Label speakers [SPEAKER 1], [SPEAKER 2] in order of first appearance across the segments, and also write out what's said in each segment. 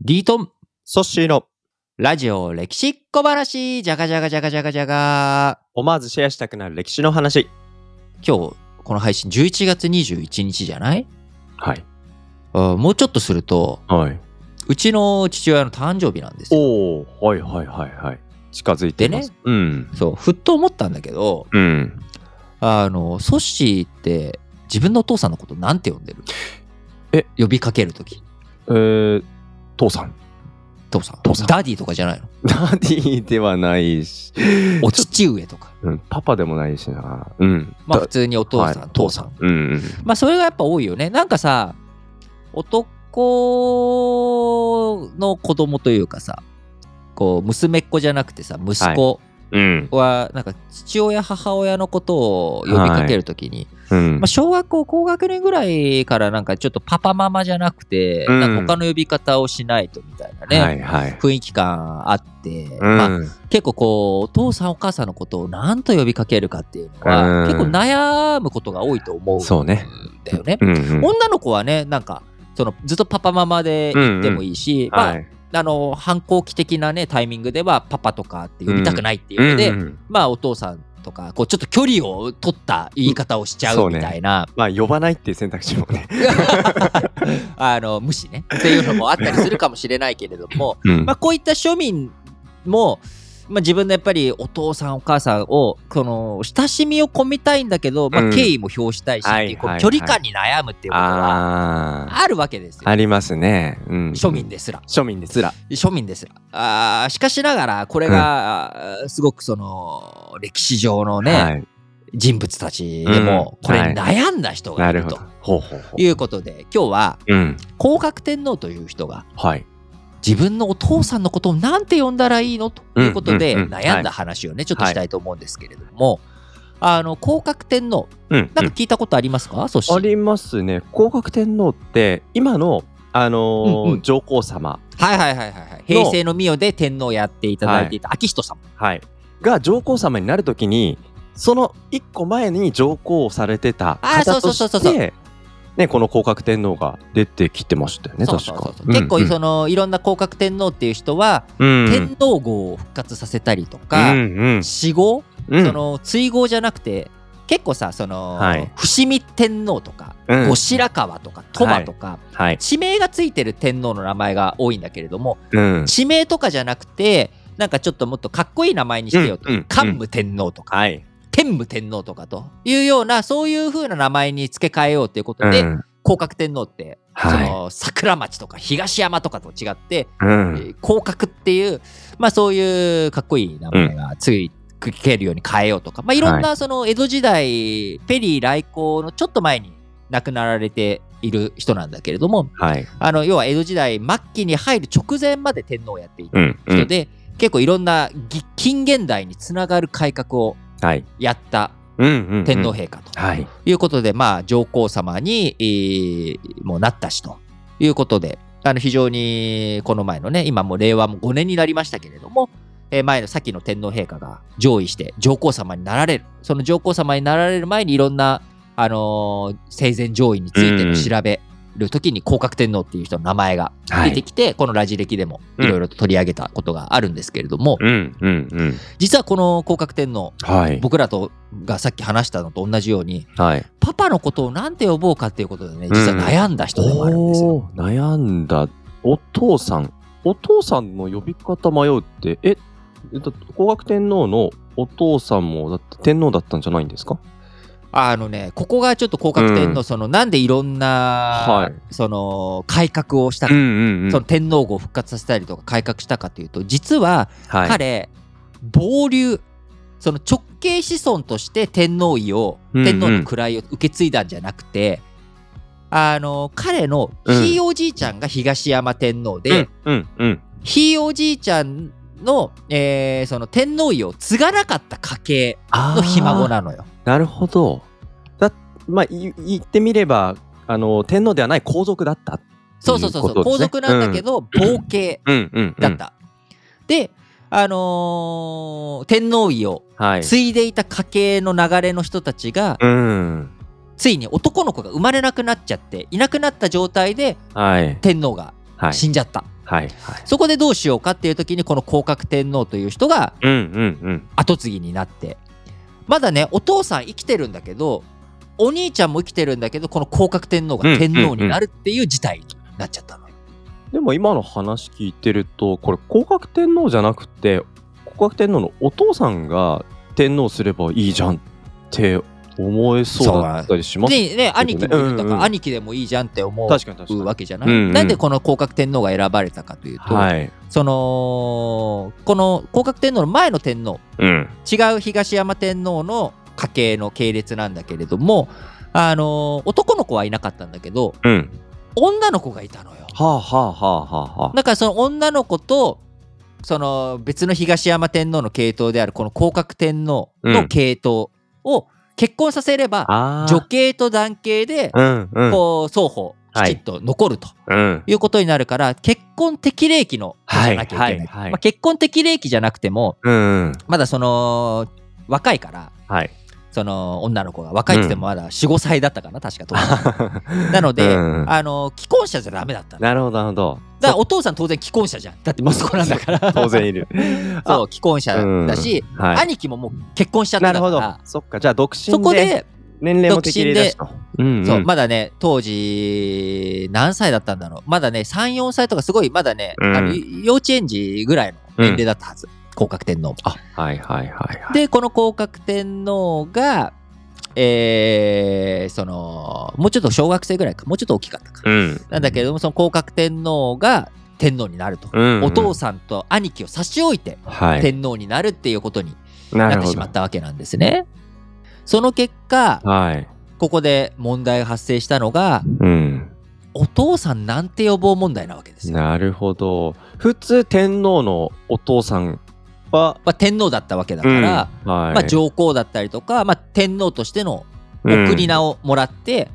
[SPEAKER 1] リートン、
[SPEAKER 2] ソッシーの
[SPEAKER 1] ラジオ歴史小話、じゃがじゃがじゃがじゃがじゃが。
[SPEAKER 2] 思わずシェアしたくなる歴史の話。
[SPEAKER 1] 今日、この配信11月21日じゃない
[SPEAKER 2] はい。
[SPEAKER 1] あもうちょっとすると、
[SPEAKER 2] はい。
[SPEAKER 1] うちの父親の誕生日なんですよ。
[SPEAKER 2] おおはいはいはいはい。近づいています。
[SPEAKER 1] で
[SPEAKER 2] ね。うん。
[SPEAKER 1] そう、ふっと思ったんだけど、
[SPEAKER 2] うん。
[SPEAKER 1] あの、ソッシーって自分のお父さんのことなんて呼んでる
[SPEAKER 2] え
[SPEAKER 1] 呼びかけるとき。
[SPEAKER 2] えー、父 さん。
[SPEAKER 1] 父さん。
[SPEAKER 2] 父さん
[SPEAKER 1] ダディとかじゃないの
[SPEAKER 2] ダディではないし、
[SPEAKER 1] お父上とか。
[SPEAKER 2] うん、パパでもないしな。うん。
[SPEAKER 1] まあ
[SPEAKER 2] だ
[SPEAKER 1] 普通にお父さん、
[SPEAKER 2] はい
[SPEAKER 1] 父さん。
[SPEAKER 2] うんうん。
[SPEAKER 1] まあそれがやっぱ多いよね。なんかさ、男の子供というかさ、こう娘っ子じゃなくてさ、息子
[SPEAKER 2] うん。
[SPEAKER 1] はなんか父親、母親のことを呼びかけるときに、
[SPEAKER 2] うん
[SPEAKER 1] まあ、小学校高学年ぐらいからなんかちょっとパパママじゃなくて、
[SPEAKER 2] うん
[SPEAKER 1] なんか他の呼び方をしないとみたいなね、
[SPEAKER 2] はいはい。
[SPEAKER 1] 雰囲気感あって、
[SPEAKER 2] うん。
[SPEAKER 1] まあ、結構こうお父さんお母さんのことを何と呼びかけるかっていうの
[SPEAKER 2] う
[SPEAKER 1] は
[SPEAKER 2] ん
[SPEAKER 1] 結構悩むことが多いと思う
[SPEAKER 2] そうん
[SPEAKER 1] だ
[SPEAKER 2] ね
[SPEAKER 1] よね。
[SPEAKER 2] うんうん
[SPEAKER 1] 女の子はねなんかそのずっとパパママで言ってもいいし、まあ
[SPEAKER 2] はい
[SPEAKER 1] あの反抗期的なねタイミングではパパとかって呼びたくないっていうので、
[SPEAKER 2] うんうん
[SPEAKER 1] まあお父さんとかこうちょっと距離を取った言い方をしちゃ
[SPEAKER 2] そううね
[SPEAKER 1] みたいな、
[SPEAKER 2] まあ、呼ばないっていう選択肢もね。
[SPEAKER 1] あの無視ねっていうのもあったりするかもしれないけれども、
[SPEAKER 2] うん
[SPEAKER 1] まあ、こういった庶民も、まあ、自分のやっぱりお父さんお母さんをこの親しみを込みたいんだけど、ま
[SPEAKER 2] う
[SPEAKER 1] あ、
[SPEAKER 2] ん
[SPEAKER 1] 敬意も表したいしっていうこ
[SPEAKER 2] は
[SPEAKER 1] う
[SPEAKER 2] い
[SPEAKER 1] 距
[SPEAKER 2] はいはい
[SPEAKER 1] 離感に悩むっていうことは
[SPEAKER 2] ああ。
[SPEAKER 1] あるわけですよ
[SPEAKER 2] あ。りますね。うん。
[SPEAKER 1] 庶民ですら
[SPEAKER 2] 庶民ですら。
[SPEAKER 1] 庶民ですらあーしかしながらこれが、あーすごくその歴史上のね、
[SPEAKER 2] はい。
[SPEAKER 1] 人物たちでも
[SPEAKER 2] うん
[SPEAKER 1] これに悩んだ人が
[SPEAKER 2] ないる
[SPEAKER 1] る
[SPEAKER 2] ほど
[SPEAKER 1] と。
[SPEAKER 2] ほうほうほ
[SPEAKER 1] いうことで今日は
[SPEAKER 2] う。うん。
[SPEAKER 1] 皇覚天皇という人が
[SPEAKER 2] はい。
[SPEAKER 1] 自分のお父さんのことをなんて呼んだらいいのということで
[SPEAKER 2] うんうんうん
[SPEAKER 1] 悩んだ話をねちょっとしたいと思うんですけれども、あの降格天皇
[SPEAKER 2] うん。
[SPEAKER 1] なんか聞いたことありますか、そして
[SPEAKER 2] ありますね。皇覚天皇って今のあのー
[SPEAKER 1] うんうん
[SPEAKER 2] 上皇様
[SPEAKER 1] はいはいはいはいはい平成の御代で天皇をやっていただいていた昭仁様、
[SPEAKER 2] はいが上皇様になるときにその一個前に上皇されてた
[SPEAKER 1] あー
[SPEAKER 2] 方と
[SPEAKER 1] そうそうそう
[SPEAKER 2] し
[SPEAKER 1] そうそ
[SPEAKER 2] てねこの皇覚天皇が出てきてましたよね
[SPEAKER 1] そう
[SPEAKER 2] 確
[SPEAKER 1] そうそ
[SPEAKER 2] か
[SPEAKER 1] うそう。結構そのいろんな降格天皇っていう人は、天
[SPEAKER 2] 天
[SPEAKER 1] 皇号を復活させたりとか、死号、その追号じゃなくて結構さその、
[SPEAKER 2] はい
[SPEAKER 1] 伏見天皇とか、後白河とか鳥羽とか、
[SPEAKER 2] はい
[SPEAKER 1] 地名がついてる天皇の名前が多いんだけれども
[SPEAKER 2] うん
[SPEAKER 1] 地名とかじゃなくてなんかちょっともっとかっこいい名前にしてよと、
[SPEAKER 2] うんうんうん
[SPEAKER 1] 桓武天皇とか、
[SPEAKER 2] はい
[SPEAKER 1] 天武天皇とかというようなそういう風な名前に付け替えようということ
[SPEAKER 2] う
[SPEAKER 1] で
[SPEAKER 2] ん
[SPEAKER 1] 降格、天皇って、
[SPEAKER 2] はい
[SPEAKER 1] その桜町とか東山とかと違って
[SPEAKER 2] うん
[SPEAKER 1] えー降格、っていう、まあ、そういうかっこいい名前がついけるように変えようとか、まあ、いろんなその江戸時代ペリー来航のちょっと前に亡くなられている人なんだけれども、
[SPEAKER 2] はい
[SPEAKER 1] あの要は江戸時代末期に入る直前まで天皇をやっていた
[SPEAKER 2] うんう
[SPEAKER 1] 人
[SPEAKER 2] ん
[SPEAKER 1] で、結構いろんなぎ近現代につながる改革を
[SPEAKER 2] はい
[SPEAKER 1] やった天
[SPEAKER 2] 天
[SPEAKER 1] 皇陛下と
[SPEAKER 2] はい
[SPEAKER 1] いうことで、まあ、上皇様に、えーもうなったしということであの非常にこの前のね今もう令和も5年になりましたけれども、えー前の先の天皇陛下が上位して上皇様になられるその上皇様になられる前にいろんな、あのー生前上位についての調べる時に降格天皇っていう人の名前が
[SPEAKER 2] は
[SPEAKER 1] 出て
[SPEAKER 2] い
[SPEAKER 1] きて、このラジ歴でもいろいろと取り上げたことがあるんですけれども、
[SPEAKER 2] うんうんうん
[SPEAKER 1] 実はこの降格天皇
[SPEAKER 2] はい
[SPEAKER 1] 僕らとがさっき話したのと同じように
[SPEAKER 2] はい
[SPEAKER 1] パパのことをなんて呼ぼうかっていうことでね
[SPEAKER 2] ん
[SPEAKER 1] 実は悩んだ人でもあるんですよ。
[SPEAKER 2] おー悩んだお父さんお父さんの呼び方迷うってええだって皇学天皇のお父さんもだって天皇だったんじゃないんですか
[SPEAKER 1] あのねここがちょっと降格天
[SPEAKER 2] う
[SPEAKER 1] 皇そのなんでいろんな、
[SPEAKER 2] はい
[SPEAKER 1] その改革をしたか、
[SPEAKER 2] んうん
[SPEAKER 1] その天皇号を復活させたりとか改革したかというと実は
[SPEAKER 2] はい、
[SPEAKER 1] 彼、傍流その直系子孫として天皇位を
[SPEAKER 2] うんうん
[SPEAKER 1] 天皇の位を受け継いだんじゃなくて、あの彼のひいおじいちゃんが東山天皇で、
[SPEAKER 2] うんうん
[SPEAKER 1] ひいおじいちゃんの,、えーその天皇位を継がなかった家系
[SPEAKER 2] あー
[SPEAKER 1] のひ孫なのよ。
[SPEAKER 2] なるほどだまあい言ってみればあの天皇ではない皇族だった
[SPEAKER 1] そうそうそうそう、
[SPEAKER 2] という
[SPEAKER 1] 皇
[SPEAKER 2] ことですね
[SPEAKER 1] 族なんだけど、傍系
[SPEAKER 2] うんうん
[SPEAKER 1] だった。で、あのー天皇位を
[SPEAKER 2] はい
[SPEAKER 1] 継いでいた家系の流れの人たちが、
[SPEAKER 2] うん
[SPEAKER 1] ついに男の子が生まれなくなっちゃっていなくなった状態で
[SPEAKER 2] はい
[SPEAKER 1] 天皇が
[SPEAKER 2] はい
[SPEAKER 1] 死んじゃった、
[SPEAKER 2] はいはい。
[SPEAKER 1] そこでどうしようかっていう時にこの降格天皇という人が
[SPEAKER 2] うんうん
[SPEAKER 1] 跡継ぎになってまだねお父さん生きてるんだけどお兄ちゃんも生きてるんだけどこの降格天皇が天皇になるっていう事態になっちゃったのよ。
[SPEAKER 2] うん。でも今の話聞いてると、これ、降格天皇じゃなくて、降格天皇のお父さんが天皇すればいいじゃんって思えそうだったりします。
[SPEAKER 1] でね兄貴もいるんだから、
[SPEAKER 2] うんうん
[SPEAKER 1] 兄貴でもいいじゃんって思う
[SPEAKER 2] 確かに確かに。
[SPEAKER 1] わけじゃない。
[SPEAKER 2] うんうん
[SPEAKER 1] なんでこの降格天皇が選ばれたかというと、
[SPEAKER 2] はい。
[SPEAKER 1] そのこの降格天皇の前の天皇
[SPEAKER 2] うん。
[SPEAKER 1] 違う東山天皇の家系の系列なんだけれども、あのー男の子はいなかったんだけど
[SPEAKER 2] うん。
[SPEAKER 1] 女の子がいたのよ。
[SPEAKER 2] はあはあはあはあはあ。
[SPEAKER 1] だからその女の子とその別の東山天皇の系統であるこの降格天皇の系統を結婚させれば、
[SPEAKER 2] あー
[SPEAKER 1] 女系と男系で
[SPEAKER 2] うんうん。
[SPEAKER 1] こう双方きちっと残ると
[SPEAKER 2] うん。
[SPEAKER 1] いうことになるから、結婚適齢期の人じゃなきゃいけない、
[SPEAKER 2] はいはいはい
[SPEAKER 1] まあ、結婚適齢期じゃなくても
[SPEAKER 2] うんうん。
[SPEAKER 1] まだその若いから
[SPEAKER 2] はい。
[SPEAKER 1] その女の子が若いって言ってもまだ45歳だったかな確か当時 なので、
[SPEAKER 2] うんうん
[SPEAKER 1] あの既婚者じゃダメだったのだか
[SPEAKER 2] なるほどなるほど。
[SPEAKER 1] らお父さん当然既婚者じゃんだって息子なんだから
[SPEAKER 2] 当然いる。
[SPEAKER 1] そう既婚者
[SPEAKER 2] うん
[SPEAKER 1] だし、
[SPEAKER 2] はい。
[SPEAKER 1] 兄貴ももう結婚しちゃって
[SPEAKER 2] な
[SPEAKER 1] た
[SPEAKER 2] る
[SPEAKER 1] か
[SPEAKER 2] ほど
[SPEAKER 1] ら。
[SPEAKER 2] そっか。じゃあ独身で。
[SPEAKER 1] そこで、
[SPEAKER 2] 年齢も適齢だしと。うんうん
[SPEAKER 1] そうまだね当時何歳だったんだろうまだね34歳とかすごいまだね、
[SPEAKER 2] うん
[SPEAKER 1] あの幼稚園児ぐらいの年齢だったはず、降格天皇も
[SPEAKER 2] あはいはいはいはい。
[SPEAKER 1] でこの降格天皇がえーそのもうちょっと小学生ぐらいかもうちょっと大きかったか、
[SPEAKER 2] うん。
[SPEAKER 1] なんだけれどもその降格天皇が天皇になると、
[SPEAKER 2] うん
[SPEAKER 1] お父さんと兄貴を差し置いて
[SPEAKER 2] はい。
[SPEAKER 1] 天皇になるっていうことにな
[SPEAKER 2] なる
[SPEAKER 1] って
[SPEAKER 2] ほ
[SPEAKER 1] し
[SPEAKER 2] ど
[SPEAKER 1] まっ。たわけなんですね。その結果、
[SPEAKER 2] はい。
[SPEAKER 1] ここで問題が発生したのが、
[SPEAKER 2] うん。
[SPEAKER 1] お父さんなんて予防問題なわけですよ。ま
[SPEAKER 2] なるほど。普通天皇のお父さんは、
[SPEAKER 1] あ、天皇だったわけだか
[SPEAKER 2] う
[SPEAKER 1] ら、
[SPEAKER 2] ん
[SPEAKER 1] ま
[SPEAKER 2] はい
[SPEAKER 1] あ、上皇だったりとか、まあ、天皇としての
[SPEAKER 2] うん
[SPEAKER 1] 送り名をもらって、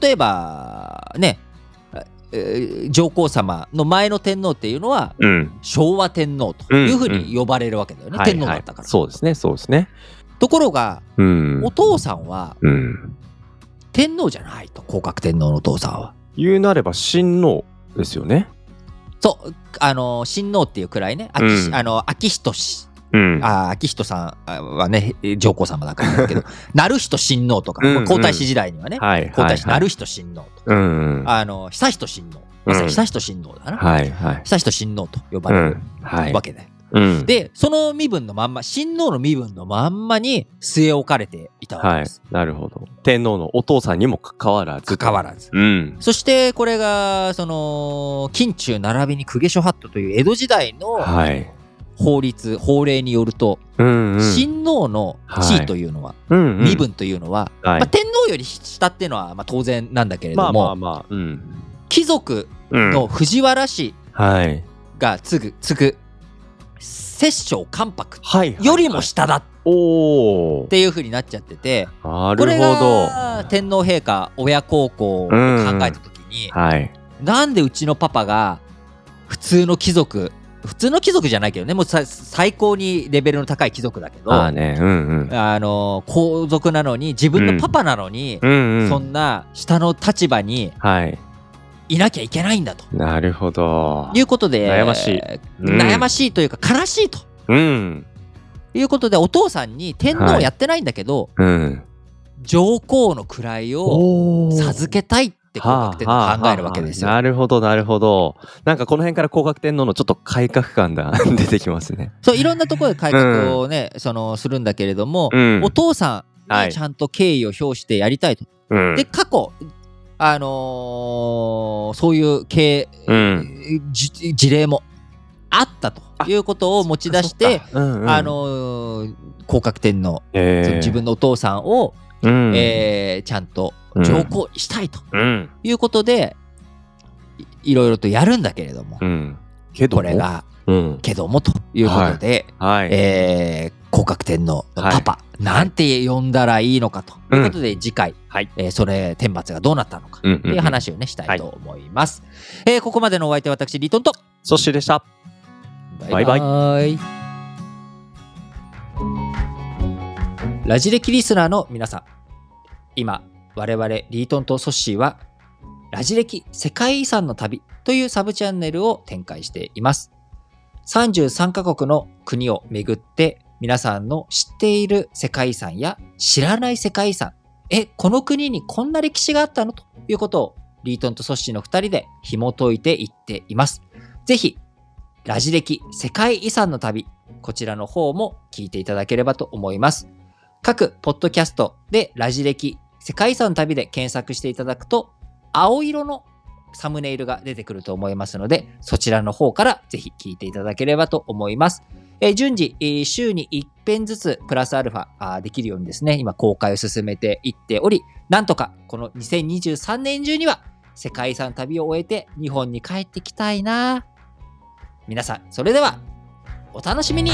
[SPEAKER 1] 例えばね、えー上皇様の前の天皇っていうのは
[SPEAKER 2] うん。
[SPEAKER 1] 昭和天皇というふうに呼ばれるわけだよね、
[SPEAKER 2] はいはい
[SPEAKER 1] 天皇だったから。
[SPEAKER 2] そうですね、そうですね。
[SPEAKER 1] ところが、
[SPEAKER 2] うん
[SPEAKER 1] お。父さんは
[SPEAKER 2] うん。
[SPEAKER 1] 天皇じゃないと降格天皇のお父さんは。
[SPEAKER 2] 言うなれば親王ですよね。
[SPEAKER 1] そう、あの親王っていうくらいね、秋,、
[SPEAKER 2] うん
[SPEAKER 1] あの秋人氏
[SPEAKER 2] うん
[SPEAKER 1] あー秋人さんはね、えー上皇様だ からだけど、成人親王とか、
[SPEAKER 2] うん
[SPEAKER 1] まあ皇太子時代にはね、
[SPEAKER 2] はい。
[SPEAKER 1] 皇太子
[SPEAKER 2] はいはい
[SPEAKER 1] 成人親王とか、
[SPEAKER 2] うん。
[SPEAKER 1] あの悠仁親王、まさに悠仁親王だな、
[SPEAKER 2] はいはい。
[SPEAKER 1] 悠仁親王と呼ば
[SPEAKER 2] う
[SPEAKER 1] れる
[SPEAKER 2] ん。はい
[SPEAKER 1] わ。けで、
[SPEAKER 2] うん。
[SPEAKER 1] で、その身分のまんま、親王の身分のまんまに据え置かれていたわけ
[SPEAKER 2] は
[SPEAKER 1] で
[SPEAKER 2] い
[SPEAKER 1] す。。
[SPEAKER 2] なるほど。天皇のお父さんにもかかわらず。
[SPEAKER 1] 関わらず。
[SPEAKER 2] うん。
[SPEAKER 1] そしてこれがその近中並びに公家諸法度という江戸時代の
[SPEAKER 2] はい。
[SPEAKER 1] 法律法令によると
[SPEAKER 2] うんうん。
[SPEAKER 1] 親王の地位というのは、
[SPEAKER 2] うんうん
[SPEAKER 1] 身分というのは、
[SPEAKER 2] はい
[SPEAKER 1] まあ、天皇より下っていうのはまあ当然なんだけれど
[SPEAKER 2] ま
[SPEAKER 1] も、
[SPEAKER 2] あまあまあ。うん。
[SPEAKER 1] 貴族の藤原氏
[SPEAKER 2] はい。
[SPEAKER 1] が継ぐ継ぐ摂政関白
[SPEAKER 2] はい。
[SPEAKER 1] よりも下だっ
[SPEAKER 2] おお。
[SPEAKER 1] ていうふうになっちゃってて、
[SPEAKER 2] な
[SPEAKER 1] こ
[SPEAKER 2] る
[SPEAKER 1] れ
[SPEAKER 2] ほど。
[SPEAKER 1] が天皇陛下親孝行を考えた時に、
[SPEAKER 2] はい。
[SPEAKER 1] なんでうちのパパが普通の貴族普通の貴族じゃないけどねもうさ最高にレベルの高い貴族だけど
[SPEAKER 2] まあね。うんうん。
[SPEAKER 1] あの皇族なのに自分のパパなのに、
[SPEAKER 2] うんう
[SPEAKER 1] そ
[SPEAKER 2] ん。
[SPEAKER 1] んな下の立場に
[SPEAKER 2] はい。
[SPEAKER 1] いなきゃいけないんだと
[SPEAKER 2] なるほど。
[SPEAKER 1] いうことで
[SPEAKER 2] 悩ましいうん
[SPEAKER 1] 悩ましいというか悲しいと
[SPEAKER 2] うん。
[SPEAKER 1] いうことでお父さんに天皇をやってないんだけど、
[SPEAKER 2] うん。
[SPEAKER 1] 上皇の位を
[SPEAKER 2] おお。
[SPEAKER 1] 授けたいって皇格天皇は考えるわけですよ。
[SPEAKER 2] はあはあはあなるほど、なるほど。なんかこの辺から降格天皇のちょっと改革感が出てきますね。
[SPEAKER 1] そういろんなところで改革をね、そのするんだけれども、
[SPEAKER 2] うん
[SPEAKER 1] お父さん
[SPEAKER 2] は
[SPEAKER 1] に
[SPEAKER 2] い
[SPEAKER 1] ちゃんと敬意を表してやりたいと。
[SPEAKER 2] うん
[SPEAKER 1] で過去あのーそういう経、
[SPEAKER 2] うん
[SPEAKER 1] じ事例もあったということを持ち出して、
[SPEAKER 2] そっかうんうん
[SPEAKER 1] あ、のー降格天皇
[SPEAKER 2] えー
[SPEAKER 1] その自分のお父さんを、
[SPEAKER 2] うん
[SPEAKER 1] えーちゃんと上皇にしたいと
[SPEAKER 2] うん
[SPEAKER 1] いうことで、いいろいろとやるんだけれども、
[SPEAKER 2] うん。けども
[SPEAKER 1] これ、が
[SPEAKER 2] うん。
[SPEAKER 1] けどもということで、
[SPEAKER 2] はい。
[SPEAKER 1] えー、降格天皇のパパ、なんて呼んだらいいのかということで、次回、
[SPEAKER 2] はい
[SPEAKER 1] えーそれ天罰がどうなったのか
[SPEAKER 2] うん
[SPEAKER 1] という話をねしたいと思います、えーここまでのお相手は私リトンと
[SPEAKER 2] そしてでした。バイバイ
[SPEAKER 1] イラジレキリスナーの皆さん今我々リートンとソッシーはラジ歴世界遺産の旅というサブチャンネルを展開しています。33カ国の国を巡って皆さんの知っている世界遺産や知らない世界遺産、え、この国にこんな歴史があったのということをリートンとソッシーの2人で紐解いていっています。ぜひ、ラジ歴世界遺産の旅、こちらの方も聞いていただければと思います。各ポッドキャストでラジ歴世界遺産の旅で検索していただくと青色のサムネイルが出てくると思いますので、そちらの方からぜひ聞いていただければと思います。えー順次、えー週に1編ずつプラスアルファあーできるようにですね、今公開を進めていっており、なんとかこの2023年中には世界遺産旅を終えて日本に帰ってきたいな。皆さん、それではお楽しみに